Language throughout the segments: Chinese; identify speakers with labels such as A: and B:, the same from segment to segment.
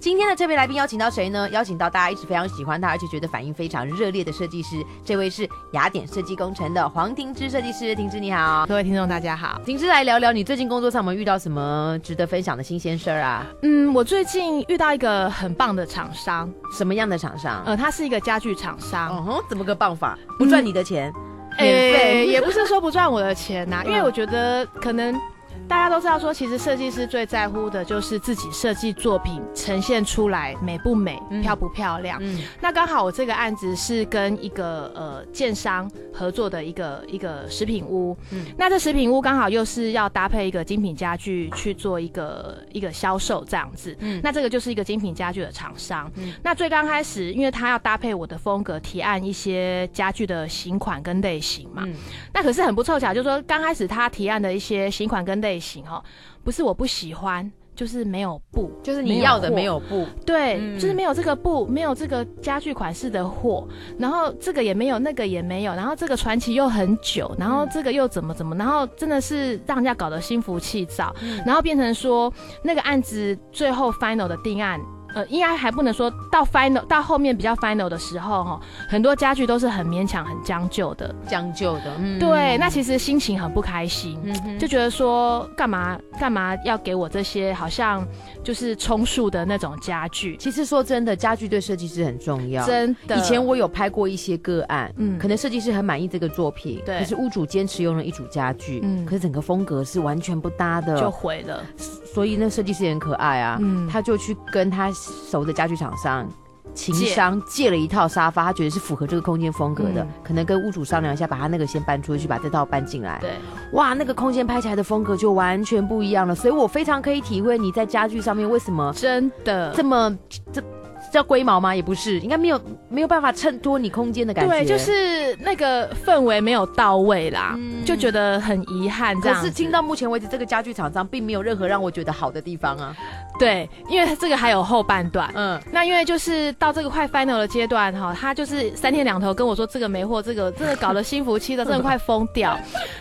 A: 今天的特别来宾邀请到谁呢？邀请到大家一直非常喜欢他，而且觉得反应非常热烈的设计师，这位是雅典设计工程的黄婷芝设计师。婷芝你好，
B: 各位听众大家好。
A: 婷芝来聊聊你最近工作上有没有遇到什么值得分享的新鲜事儿啊？
B: 嗯，我最近遇到一个很棒的厂商，
A: 什么样的厂商？
B: 呃，他是一个家具厂商，
A: 哦哼，怎么个办法？不赚你的钱，免
B: 诶
A: 费
B: 也不是说不赚我的钱呐、因为我觉得可能。大家都知道说，其实设计师最在乎的就是自己设计作品呈现出来美不美、
A: 嗯
B: 漂不漂亮。
A: 嗯
B: 那刚好我这个案子是跟一个呃建商合作的一个一个食品屋，
A: 嗯
B: 那这食品屋刚好又是要搭配一个精品家具去做一个一个销售这样子，
A: 嗯
B: 那这个就是一个精品家具的厂商。
A: 嗯
B: 那最刚开始，因为它要搭配我的风格，提案一些家具的型款跟类型嘛，
A: 嗯
B: 那可是很不凑巧，就是说刚开始他提案的一些型款跟类型哦，不是我不喜欢。就是没有布，
A: 就是你要的
B: 货
A: 没有布，
B: 对，
A: 嗯
B: 就是没有这个布，没有这个家具款式的货，然后这个也没有，那个也没有，然后这个传奇又很久，然
A: 嗯
B: 后这个又怎么怎么，然后真的是让人家搞得心浮气躁，
A: 嗯
B: 然后变成说那个案子最后 final 的定案。呃，应该还不能说到 final 到后面比较 final 的时候哈，很多家具都是很勉强、很将就的。
A: 将就的。嗯
B: 对，那其实心情很不开心。
A: 嗯哼
B: 就觉得说干嘛干嘛要给我这些好像就是充数的那种家具，
A: 其实说真的，家具对设计师很重要。
B: 真的。
A: 以前我有拍过一些个案，
B: 嗯
A: 可能设计师很满意这个作品，
B: 对
A: 可是屋主坚持用了一组家具，
B: 嗯
A: 可是整个风格是完全不搭的，
B: 就毁了，
A: 所以那设计师也很可爱啊，
B: 嗯
A: 他就去跟他熟的家具厂商。情
B: 借
A: 商借了一套沙发，他觉得是符合这个空间风格的，
B: 嗯
A: 可能跟屋主商量一下，把他那个先搬出去，把这套搬进来。
B: 对，
A: 哇，那个空间拍起来的风格就完全不一样了，所以我非常可以体会你在家具上面为什么
B: 真的
A: 这么这叫龟毛吗？也不是，应该没有没有办法衬托你空间的感觉。
B: 对，就是那个氛围没有到位啦，
A: 嗯
B: 就觉得很遗憾这
A: 可
B: 样子。
A: 是听到目前为止，这个家具厂商并没有任何让我觉得好的地方啊。
B: 对，因为这个还有后半段。
A: 嗯，
B: 那因为就是到这个快 final 的阶段哈，他就是三天两头跟我说这个没货，这个这个搞得心浮气躁，真的快疯 掉。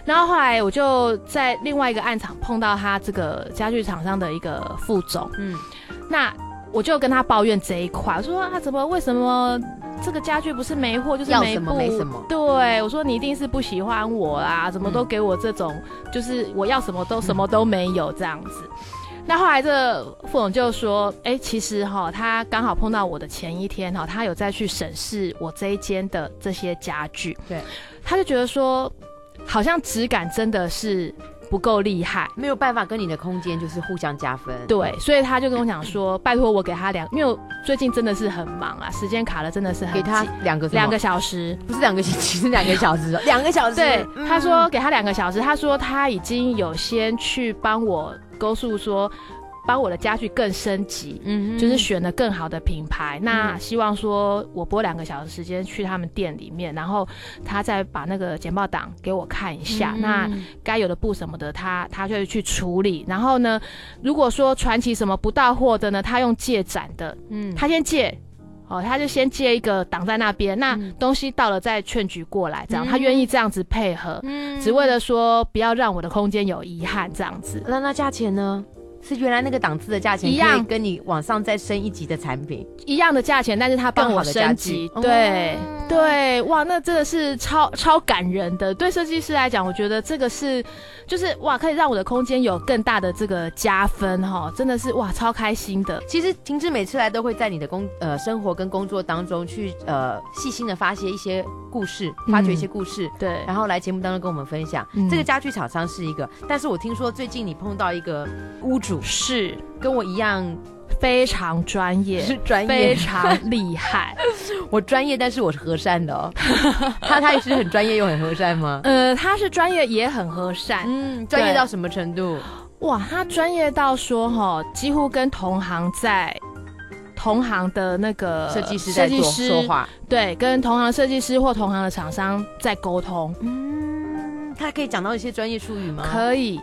B: 然后后来我就在另外一个暗场碰到他这个家具厂商的一个副总，
A: 嗯，
B: 那我就跟他抱怨这一块，我说啊，怎么为什么这个家具不是没货就是
A: 要
B: 没
A: 什么
B: 布？
A: 没什么
B: 对，我说你一定是不喜欢我啦，怎么都给我这种，就是我要什么都什么都没有这样子。那后来这副总就说，哎、其实哈，他刚好碰到我的前一天哈，他有再去审视我这一间的这些家具，
A: 对，
B: 他就觉得说，好像质感真的是不够厉害。
A: 没有办法跟你的空间就是互相加分。
B: 对，所以他就跟我讲说，拜托我给他两，因为我最近真的是很忙啊，时间卡了真的是很
A: 嗯给他
B: 紧
A: 两个什么
B: 两个小时。
A: 不是两个星期，是两个小时哦，两个小时。
B: 对，
A: 嗯
B: 他说给他两个小时，他说他已经有先去帮我勾述说，帮我的家具更升级。
A: 嗯
B: 就是选了更好的品牌，那希望说我拨两个小时时间去他们店里面，然后他再把那个简报档给我看一下。
A: 嗯
B: 那嗯该有的布什么的，他他就会去处理。然后呢，如果说传奇什么不到货的呢，他用借展的，
A: 嗯
B: 他先借。哦，他就先借一个挡在那边，那
A: 嗯
B: 东西到了再劝举过来，这样、
A: 嗯
B: 他愿意这样子配合，
A: 嗯
B: 只为了说不要让我的空间有遗憾，这样子。
A: 那那价钱呢？是原来那个档次的价钱，
B: 一
A: 可
B: 样
A: 以跟你往上再升一级的产品，
B: 一样的价钱，但是他帮
A: 更好
B: 我
A: 的家
B: 升级
A: 具，
B: 对、
A: 哦
B: 对，哇，那真的是超超感人的。对设计师来讲，我觉得这个是就是哇，可以让我的空间有更大的这个加分哈，真的是哇，超开心的。
A: 其实婷芝每次来都会在你的工呃生活跟工作当中去呃细心的发些一些故事，发掘一些故事，
B: 对，
A: 然后来节目当中跟我们分享。
B: 嗯
A: 这个家具厂商是一个，但是我听说最近你碰到一个屋主
B: 是
A: 跟我一样
B: 非常专业，
A: 是专
B: 非
A: 业，
B: 常厉害。
A: 我专业，但是我是和善的 哦。他他也是很专业又很和善吗？
B: 呃，他是专业也很和善，
A: 嗯，专业到什么程度？
B: 哇，他专业到说哈，几乎跟同行在。同行的那个
A: 呃设计师
B: 设
A: 在
B: 计
A: 做
B: 师
A: 说话，
B: 对，跟同行设计师或同行的厂商在沟通，
A: 嗯，他可以讲到一些专业术语吗？
B: 可以。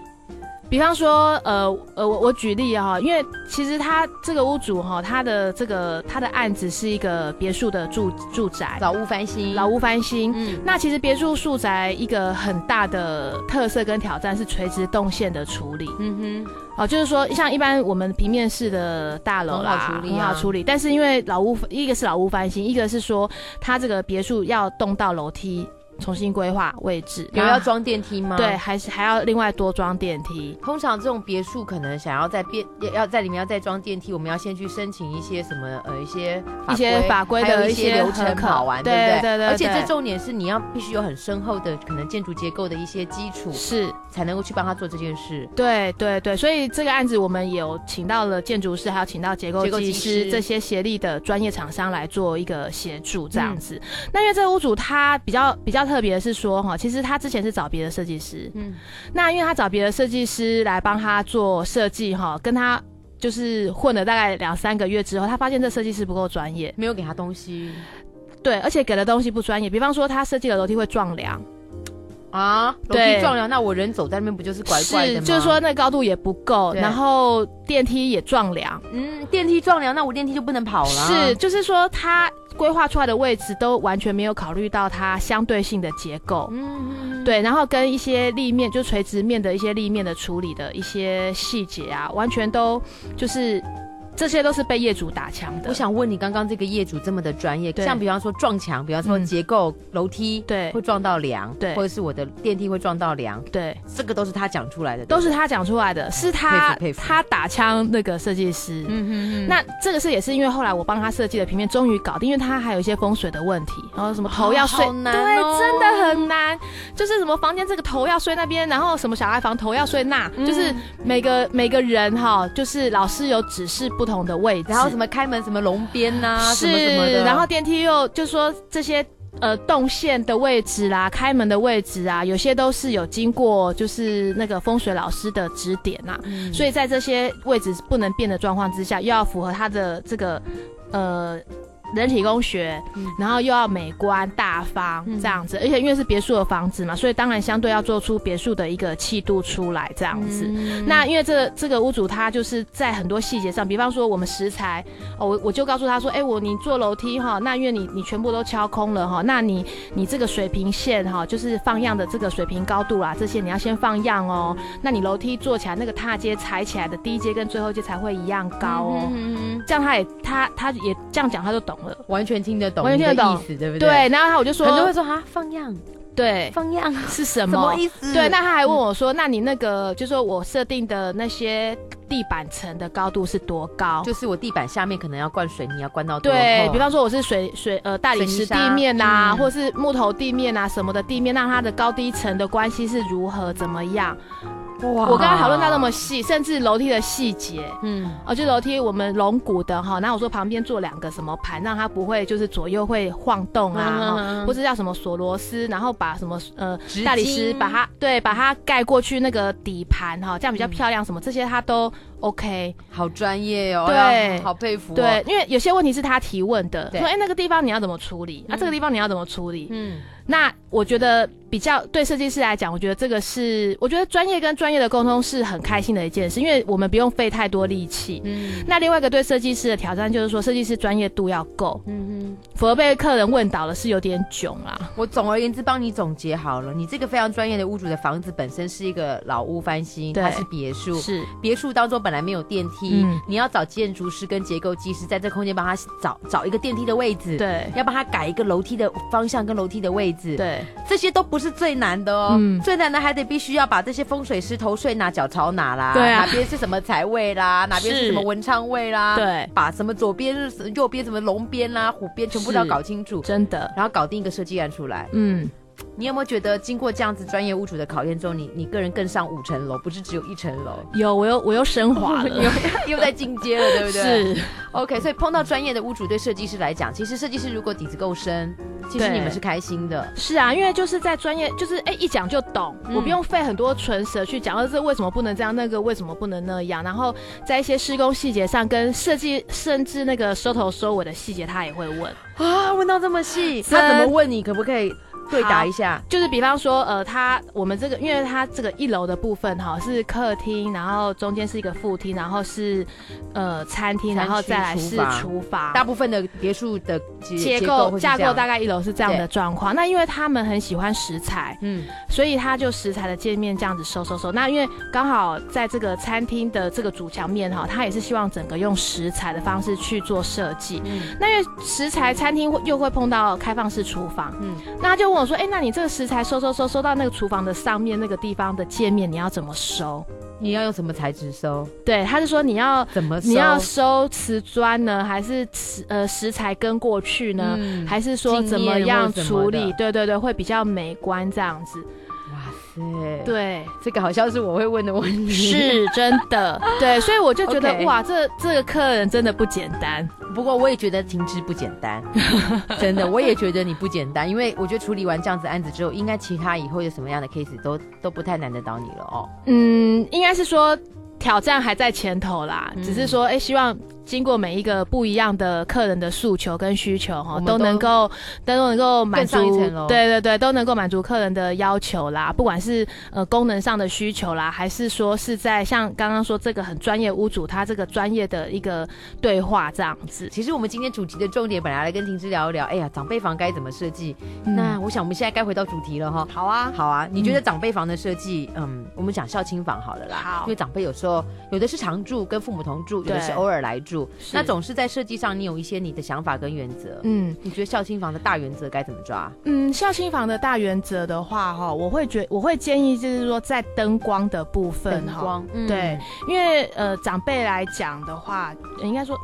B: 比方说，呃呃，我我举例哈、因为其实他这个屋主哈、他的这个他的案子是一个别墅的住住宅，
A: 老屋翻新，
B: 老屋翻新。
A: 嗯，
B: 那其实别墅住宅一个很大的特色跟挑战是垂直动线的处理
A: 嗯哼，
B: 哦，就是说像一般我们平面式的大楼啦，
A: 很好处理啊
B: 很好处理。但是因为老屋一个是老屋翻新，一个是说它这个别墅要动到楼梯重新规划位置，
A: 有要装电梯吗？
B: 对，。还是还要另外多装电梯。
A: 通常这种别墅可能想要在变要要在里面要再装电梯，我们要先去申请一些什么呃一些
B: 一些法规
A: 还有
B: 的
A: 一些流
B: 合
A: 程
B: 可
A: 跑完，
B: 对
A: 不对？
B: 对对，
A: 而且
B: 对
A: 最重点是你要必须有很深厚的可能建筑结构的一些基础，
B: 是
A: 才能够去帮他做这件事。
B: 对对对，所以这个案子我们有请到了建筑师，还有请到结构
A: 结构
B: 技
A: 技
B: 师
A: 师
B: 这些协力的专业厂商来做一个协助，这样子。
A: 嗯
B: 那因为这个屋主他比较比较特别的是说哈，其实他之前是找别的设计师，
A: 嗯，
B: 那因为他找别的设计师来帮他做设计哈，跟他就是混了大概两三个月之后，他发现这设计师不够专业，
A: 没有给他东西
B: 对，而且给的东西不专业，比方说他设计的楼梯会撞梁。
A: 啊，楼
B: 对
A: 梯撞了，那我人走在那边不就是怪怪的
B: 是，
A: 吗？
B: 就是说，那高度也不够，
A: 对
B: 然后电梯也撞梁，
A: 嗯，电梯撞了，那我电梯就不能跑了。
B: 是，，就是说它规划出来的位置都完全没有考虑到它相对性的结构。
A: 嗯，
B: 对，然后跟一些立面，就垂直面的一些立面的处理的一些细节啊，完全都就是这些都是被业主打枪的。
A: 我想问你，刚刚这个业主这么的专业，
B: 对
A: 像比方说撞墙，比方说
B: 嗯
A: 结构、楼梯
B: 对
A: 会撞到梁，
B: 对
A: 或者是我的电梯会撞到梁，
B: 对，
A: 这个都是他讲出来的，
B: 都是他讲出来的，是他
A: 佩服佩服
B: 他打枪那个设计师。
A: 嗯嗯
B: 那这个是也是因为后来我帮他设计的平面终于搞定，因为他还有一些风水的问题，然后什么头要睡，
A: 好难
B: 对，
A: 哦
B: 真的很难，就是什么房间这个头要睡那边，然后什么小孩房头要睡那，
A: 嗯
B: 就是每个每个人哈，就是老师有指示不同的位置，
A: 然后什么开门什么龙边呐、什么什么
B: 是，
A: 的，
B: 然后电梯又就说这些。呃，动线的位置啦，开门的位置啊，有些都是有经过就是那个风水老师的指点啊呐、
A: 嗯
B: 所以在这些位置不能变的状况之下，又要符合它的这个呃人体工学，
A: 嗯
B: 然后又要美观大方
A: 嗯
B: 这样子，而且因为是别墅的房子嘛，所以当然相对要做出别墅的一个气度出来这样子。
A: 嗯
B: 那因为这个这个屋主他就是在很多细节上，比方说我们食材，哦，我我就告诉他说，哎、我你做楼梯哈，那因为你你全部都敲空了哈，那你你这个水平线哈，就是放样的这个水平高度啦，这些你要先放样哦。那你楼梯做起来那个踏阶踩起来的第一阶跟最后阶才会一样高哦。
A: 嗯哼嗯哼
B: 这样他也他他也这样讲他就懂了。
A: 完全听得懂，
B: 完全听得懂
A: 意思，对不
B: 对，然后他我就
A: 很多人会
B: 说，
A: 说啊，放样，
B: 对，
A: 放样，
B: 是什
A: 什
B: 么？
A: 么意思？
B: 对，那他还问我说，那你那个就是说我设定的那些地板层的高度是多高？
A: 哦就是我地板下面可能要灌水泥，要灌到多
B: 对
A: 厚
B: 比方说我是水水呃大理
A: 水
B: 石
A: 泥
B: 地
A: 沙
B: 面呐、
A: 嗯
B: 或是木头地面呐什么的地面，那它的高低层的关系是如何怎么样？
A: 哇哦
B: 我跟他讨论到那么细，甚至楼梯的细节。
A: 嗯
B: 哦，就楼梯我们龙骨的哈，那我说旁边做两个什么盘，让它不会就是左右会晃动啊，哈
A: 嗯
B: 或是叫什么锁螺丝，然后把什么呃
A: 纸
B: 大理石
A: 巾
B: 把它对把它盖过去那个底盘哈，这样比较
A: 嗯
B: 漂亮，什么这些它都 OK。
A: 好专业哦，
B: 对
A: 要好佩服、哦，
B: 对，，因为有些问题是他提问的，
A: 对
B: 说哎、那个地方你要怎么处理？啊，
A: 嗯
B: 这个地方你要怎么处理？
A: 嗯，
B: 那我觉得比较对设计师来讲，我觉得这个是我觉得专业跟专业的沟通是很开心的一件事，因为我们不用费太多力气。
A: 嗯
B: 那另外一个对设计师的挑战就是说，设计师专业度要够，
A: 嗯
B: 否则被客人问倒了是有点囧啊啦
A: 哼，。我总而言之帮你总结好了，你这个非常专业的屋主的房子本身是一个老屋翻新，
B: 对
A: 它是别墅，
B: 是，
A: 别墅当中本来没有电梯，
B: 嗯
A: 你要找建筑师跟结构技师在这空间帮他找找一个电梯的位置，，
B: 对
A: 要帮他改一个楼梯的方向跟楼梯的位置，，
B: 对
A: 这些都不是最难的哦，
B: 嗯
A: 最难的还得必须要把这些风水师头睡哪脚朝哪啦，
B: 对啊
A: 哪边是什么财位 啦，哪边
B: 是
A: 是什么文昌位啦，，
B: 对，
A: 把什么左边是右边什么龙边啦、虎边全部都要
B: 是
A: 搞清楚。
B: 真的，
A: 然后搞定一个设计案出来，
B: 嗯，
A: 你有没有觉得经过这样子专业屋主的考验之后，你你个人更上五层楼，不是只有一层 楼？
B: 有我又我又升华了，
A: 又又在进阶 了，对不对？
B: 是
A: OK，所以碰到专业的屋主，对设计师来讲，其实设计师如果底子够深，其实
B: 对
A: 你们是开心的。
B: 是啊，因为就是在专业，就是哎、一讲就懂，
A: 嗯
B: 我不用费很多唇舌去讲，呃这为什么不能这样，那个为什么不能那样，然后在一些施工细节上跟设计，甚至那个收头收尾的细节，他也会问。
A: 啊，问到这么细，
B: 真
A: 他怎么问你可不可以对打一下，
B: 就是比方说，呃，它我们这个，因为它这个一楼的部分哈、是客厅，然后中间是一个副厅，然后是呃餐厅，
A: 餐
B: 然后
A: 区
B: 再来
A: 厨
B: 是
A: 房
B: 厨房。
A: 大部分的别墅的啊结
B: 结
A: 构
B: 构
A: 会是
B: 架
A: 这样
B: 构大概一楼是这样的状况。那因为他们很喜欢食材，
A: 嗯
B: 所以他就食材的界面这样子收收收。那因为刚好在这个餐厅的这个主墙面哈，他也是希望整个用食材的方式去做设计。
A: 嗯
B: 那因为食材餐厅会又会碰到开放式厨房，
A: 嗯，
B: 那他就问我说：“哎、那你这个食材收收收收到那个厨房的上面那个地方的界面，你要怎么收
A: 你要用什么材质收？？”
B: 对，他就说你要
A: 怎么收？
B: 你要收瓷砖呢，还是瓷呃食材跟过去呢？
A: 嗯
B: 还是说
A: 经
B: 怎么
A: 验或
B: 样
A: 什么
B: 处
A: 的
B: 理？对对对，会比较美观这样子。
A: 哇塞，，
B: 对，
A: 这个好像是我会问的问题，
B: 是真的。对，所以我就觉得
A: OK
B: 哇，这这个客人真的不简单。
A: 不过我也觉得停职不简 单，真的，我也觉得你不简单，因为我觉得处理完这样子案子之后，应该其他以后有什么样的 case 都都不太难得倒你了哦。
B: 嗯，应该是说挑战还在前头啦，
A: 嗯
B: 只是说哎、诶希望经过每一个不一样的客人的诉求跟需求哈
A: 我，们
B: 都
A: 都
B: 能够都能够满
A: 更上一
B: 足
A: 层楼，
B: 对对对，都能够满足客人的要求啦，不管是呃功能上的需求啦，还是说是在像刚刚说这个很专业屋主他这个专业的一个对话这样子。
A: 其实我们今天主题的重点本来来跟婷芝聊一聊，哎呀，长辈房该怎么设计？
B: 嗯
A: 那我想我们现在该回到主题了哈。
B: 好啊，
A: 好啊，你觉得长辈房的设计，嗯，我们讲孝亲房好了啦，
B: 好
A: 因为长辈有时候有的是常住跟父母同住，有的是
B: 对
A: 偶尔来住，
B: 是
A: 那总是在设计上你有一些你的想法跟原则。
B: 嗯。
A: 你觉得孝亲房的大原则该怎么抓？
B: 嗯，孝心房的大原则的话，哈，我会觉我会建议就是说，在灯光的部分，
A: 灯
B: 哈，
A: 光，嗯
B: 对，因为呃，长辈来讲的话，呃应该说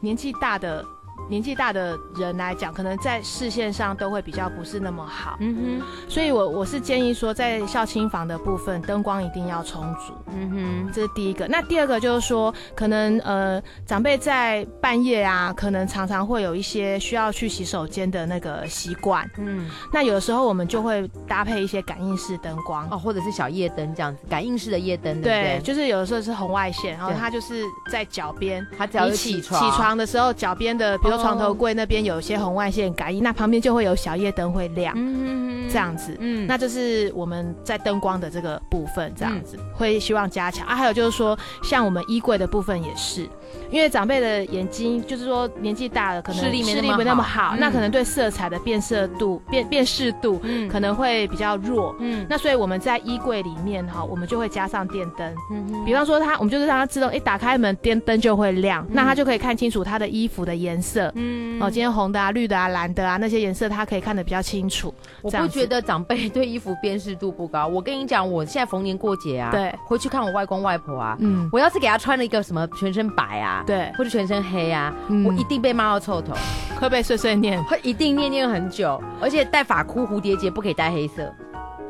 B: 年纪大的年纪大的人来讲，可能在视线上都会比较不是那么好，
A: 嗯哼，
B: 所以我我是建议说，在孝亲房的部分，灯光一定要充足。
A: 嗯哼。
B: 这是第一个，那第二个就是说，可能呃，长辈在半夜啊，可能常常会有一些需要去洗手间的那个习惯。
A: 嗯，
B: 那有的时候我们就会搭配一些感应式灯光，
A: 哦，或者是小夜灯这样子，感应式的夜灯，对
B: 对，
A: 不对？
B: 就是有的时候是红外线，然后
A: 对
B: 它就是在脚边。
A: 他只要
B: 你
A: 一
B: 起
A: 起床，
B: 起床的时候，脚边的，比如说床头柜那边有一些红外线感应，那旁边就会有小夜灯会亮，
A: 嗯，嗯
B: 这，样子。
A: 嗯
B: 那就是我们在灯光的这个部分，这样子、会希望加强啊。还有就是说，像我们衣柜的部分也是，因为长辈的眼睛，就是说年纪大了，可能
A: 视力没那么
B: 那么
A: 好
B: 好，
A: 嗯
B: 那可能对色彩的辨色度、辨辨识度
A: 嗯
B: 可能会比较弱。
A: 嗯
B: 那所以我们在衣柜里面哈，我们就会加上电灯，
A: 嗯
B: 比方说它，我们就是让它自动诶打开门，电灯就会亮，那它就可以看清楚它的衣服的颜色。
A: 嗯
B: 哦，今天红的啊、绿的啊、蓝的啊，那些颜色它可以看得比较清楚。
A: 我
B: 这
A: 不
B: 样子
A: 觉得长辈对衣服辨识度不高。我跟你讲，我现在逢年过节啊，
B: 对，
A: 回去看我外公外婆啊，
B: 嗯，
A: 我要是给他穿了一个什么全身白啊，，
B: 对，
A: 或者全身黑啊，
B: 嗯
A: 我一定被骂到臭头，
B: 会被碎碎念
A: 会一定念念很久。而且戴发箍、蝴蝶结不可以戴黑色。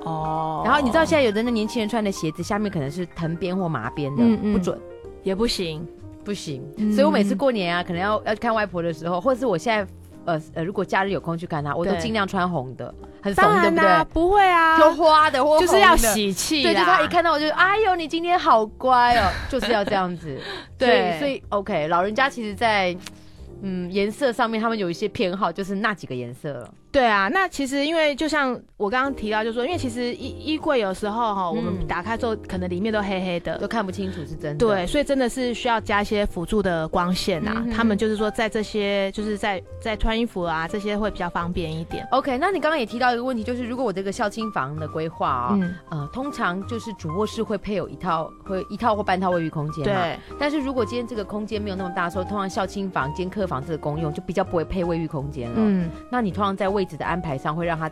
B: 哦
A: 然后你知道现在有的那年轻人穿的鞋子下面可能是藤边或麻边的，
B: 嗯嗯
A: 不准。
B: 也不行，
A: 不行，
B: 嗯
A: 所以我每次过年啊，可能要要看外婆的时候，或者是我现在呃呃，如果假日有空去看她，我都
B: 对
A: 尽量穿红的，很怂
B: 当，
A: 对
B: 然
A: 不
B: 啦，
A: 对？
B: 不会啊，
A: 就花的或
B: 就是要
A: 红的。
B: 喜气
A: 对，就是
B: 啦
A: 她一看到我就，哎呦，你今天好乖哦， 就是要这样子。所
B: 对
A: 以所以 OK，老人家其实在，嗯颜色上面他们有一些偏好，就是那几个颜色了。
B: 对啊，那其实因为就像我刚刚提到，就是说，因为其实衣衣柜有时候哈，我
A: 嗯
B: 们打开之后，可能里面都黑黑的
A: 都。看不清楚是真的。
B: 对，，所以真的是需要加一些辅助的光线啊。
A: 嗯哼
B: 他们就是说，在这些就是在在穿衣服啊，这些会比较方便一点。
A: OK，那你刚刚也提到一个问题，就是如果我这个孝亲房的规划啊、
B: 嗯，
A: 呃，通常就是主卧室会配有一套会一套或半套卫浴空间嘛。
B: 对，
A: 但是如果今天这个空间没有那么大的时候，通常校亲房兼客房这个公用就比较不会配卫浴空间了。
B: 嗯，
A: 那你通常在位置的安排上会让它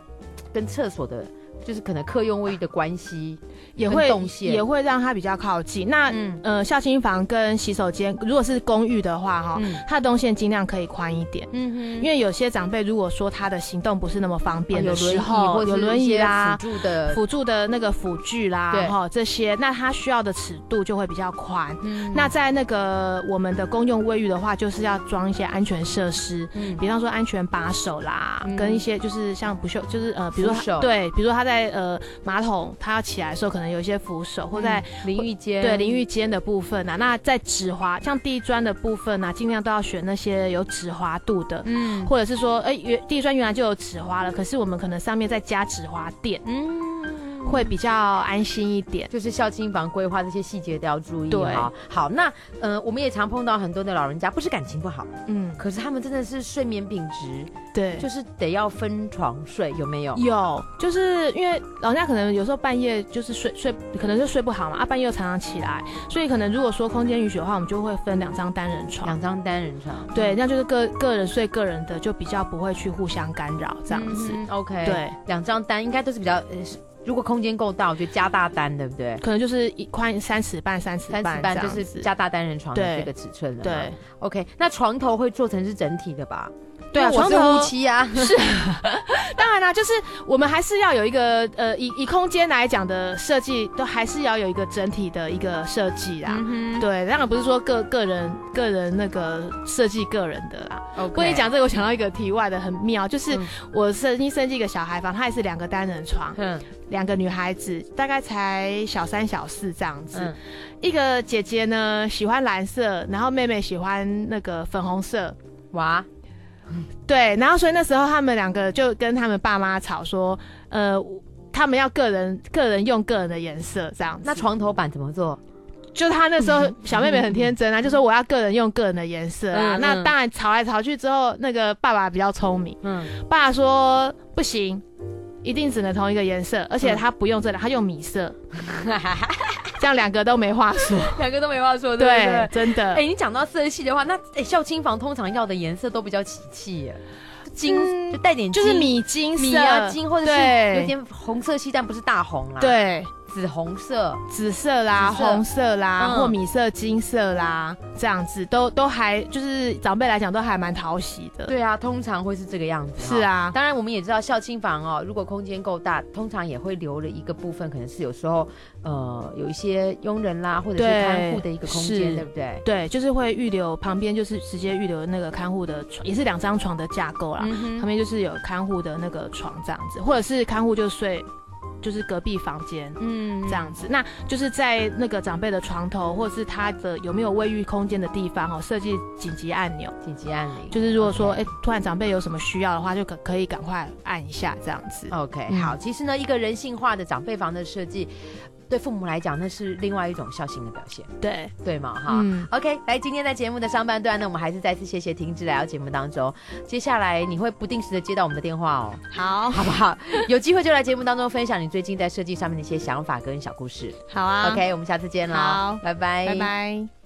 A: 跟厕所的，就是可能客用卫浴的关系，
B: 也会
A: 动线
B: 也会让它比较靠近。那、
A: 嗯
B: 呃，孝心房跟洗手间，如果是公寓的话哈，
A: 嗯
B: 它的动线尽量可以宽一点。
A: 嗯哼，
B: 因为有些长辈如果说他的行动不是那么方便
A: 啊哦有
B: 的
A: 轮
B: 时
A: 椅
B: 候，
A: 或者
B: 有轮
A: 一
B: 椅
A: 些
B: 啦、
A: 辅助的，
B: 辅助的那个辅具啦
A: 对，
B: 哈这些，那它需要的尺度就会比较宽。
A: 嗯
B: 那在那个我们的公用卫浴的话，就是要装一些安全设施，
A: 嗯
B: 比方说安全把手啦，
A: 嗯
B: 跟一些就是像不锈，就是呃，比如
A: 扶手
B: 说对，比如说他在呃马桶他要起来的时候，可能有一些扶手，或在
A: 嗯淋浴间，
B: 对淋浴间的部分啊，那在止滑，像地砖的部分啊，尽量都要选那些有止滑度的，
A: 嗯，
B: 或者是说，哎、原地砖原来就有止滑了，可是我们可能上面再加止滑垫，
A: 嗯，
B: 会比较安心一点。
A: 就是校庆房规划这些细节都要注意
B: 对
A: 哈。好，那呃，我们也常碰到很多的老人家，不是感情不好，
B: 嗯，
A: 可是他们真的是睡眠品质
B: 对，
A: 就是得要分床睡，有没有？
B: 有，就是因为老人家可能有时候半夜就是睡睡，可能就睡不好嘛，啊，半夜又常常起来，所以可能如果说空间允许的话，我们就会分两张单人床。
A: 两张单人床，嗯
B: 对，那就是个个人睡个人的，就比较不会去互相干扰这
A: 这
B: 样子。
A: 嗯 OK，，
B: 对，
A: 两张单应该都是比较，呃是如果空间够大，我觉得加大单，对不对？
B: 可能就是一宽三尺半、三尺
A: 三
B: 半
A: 尺
B: 这
A: 半
B: 样
A: 就
B: 子。
A: 是加大单人床的
B: 对
A: 这个尺寸了。
B: 对
A: ，OK，那床头会做成是整体的吧？
B: 对啊，
A: 因为我
B: 床
A: 是
B: 头
A: 夫 妻啊，
B: 当然啦，就是我们还是要有一个呃，以以空间来讲的设计，都还是要有一个整体的一个设计啦。
A: 嗯哼
B: 对，当然不是说个个人个人那个设计个人的啦。
A: ，OK
B: 跟你讲这个，我想到一个题外的很妙，就是
A: 嗯
B: 我设计设计一个小孩房，它也是两个单人床，
A: 嗯
B: 两个女孩子，大概才小三小四这样子。
A: 嗯
B: 一个姐姐呢喜欢蓝色，然后妹妹喜欢那个粉红色。
A: 哇，
B: 对，然后所以那时候他们两个就跟他们爸妈吵说，呃，他们要个人个人用个人的颜色这样子。
A: 那床头板怎么做？
B: 就她那时
A: 嗯
B: 候小妹妹很天真啊，就说我要个人用个人的颜色啊。
A: 嗯
B: 那
A: 嗯
B: 当然吵来吵去之后，那个爸爸比较聪明，
A: 嗯，
B: 爸爸说不行，一定只能同一个颜色，而且
A: 嗯
B: 他不用这两，他用 米色，这样两个都没话说。
A: 两个都没话说，对不
B: 对呃
A: 对，？
B: 真的。
A: 哎，你讲到色系的话，那哎，孝亲房通常要的颜色都比较喜气耶，金
B: 嗯
A: 就带点
B: 就是
A: 金
B: 米金色，
A: 米啊金，或者是
B: 对
A: 有点红色系，但不是大红啦，，
B: 对，
A: 紫红色，
B: 紫色啦、
A: 紫色
B: 红色啦，
A: 嗯
B: 或米色、金色啦，这样子都都还就是长辈来讲都还蛮讨喜的。，
A: 对啊，通常会是这个样子，
B: 是。啊，
A: 当然，我们也知道校庆房哦，如果空间够大，通常也会留了一个部分，可能是有时候呃有一些佣人啦，或者是
B: 对
A: 看护的一个空间，
B: 是
A: 对不对？
B: 对，就是会预留旁边就是直接预留那个看护的床，也是两张床的架构啦，
A: 嗯
B: 旁
A: 哼，
B: 边就是啊有看护的那个床这样子，或者是看护就睡就是隔壁房间。
A: 嗯
B: 这样子，那就是在那个长辈的床头，或者是他的有没有卫浴空间的地方哦，设计紧急按钮。
A: 紧急按铃，
B: 就是如果说，哎、
A: OK
B: 突然长辈有什么需要的话，就可可以赶快按一下这样子。
A: OK，、
B: 嗯
A: 好，其实呢，一个人性化的长辈房的设计，对父母来讲，那是另外一种孝心的表现，
B: 对，
A: 对吗？哈。
B: 嗯，
A: OK，来，今天在节目的上半段呢，我们还是再次谢谢婷芝来到节目当中。接下来你会不定时的接到我们的电话哦，
B: 好，
A: 好不好？有机会就来节目当中分享你最近在设计上面的一些想法跟小故事。
B: 好啊
A: OK，我们下次见喽
B: 好，
A: 拜拜，
B: 拜拜。